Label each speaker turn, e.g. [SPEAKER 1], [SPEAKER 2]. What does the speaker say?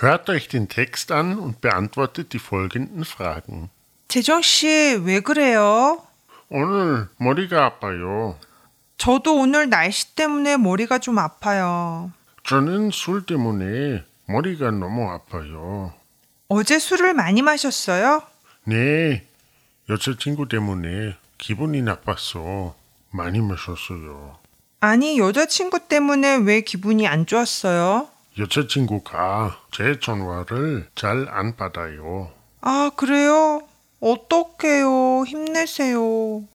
[SPEAKER 1] Hört euch den Text an und beantwortet die folgenden Fragen.
[SPEAKER 2] 재정 씨 왜 그래요?
[SPEAKER 1] 오늘 머리가 아파요.
[SPEAKER 2] 저도 오늘 날씨 때문에 머리가 좀 아파요.
[SPEAKER 1] 저는 술 때문에 머리가 너무 아파요.
[SPEAKER 2] 어제 술을 많이 마셨어요?
[SPEAKER 1] 네, 여자친구 때문에 기분이 나빴어. 많이 마셨어요.
[SPEAKER 2] 아니, 여자친구 때문에 왜 기분이 안 좋았어요?
[SPEAKER 1] 여자친구가 제 전화를 잘 안 받아요.
[SPEAKER 2] 아, 그래요? 어떡해요. 힘내세요.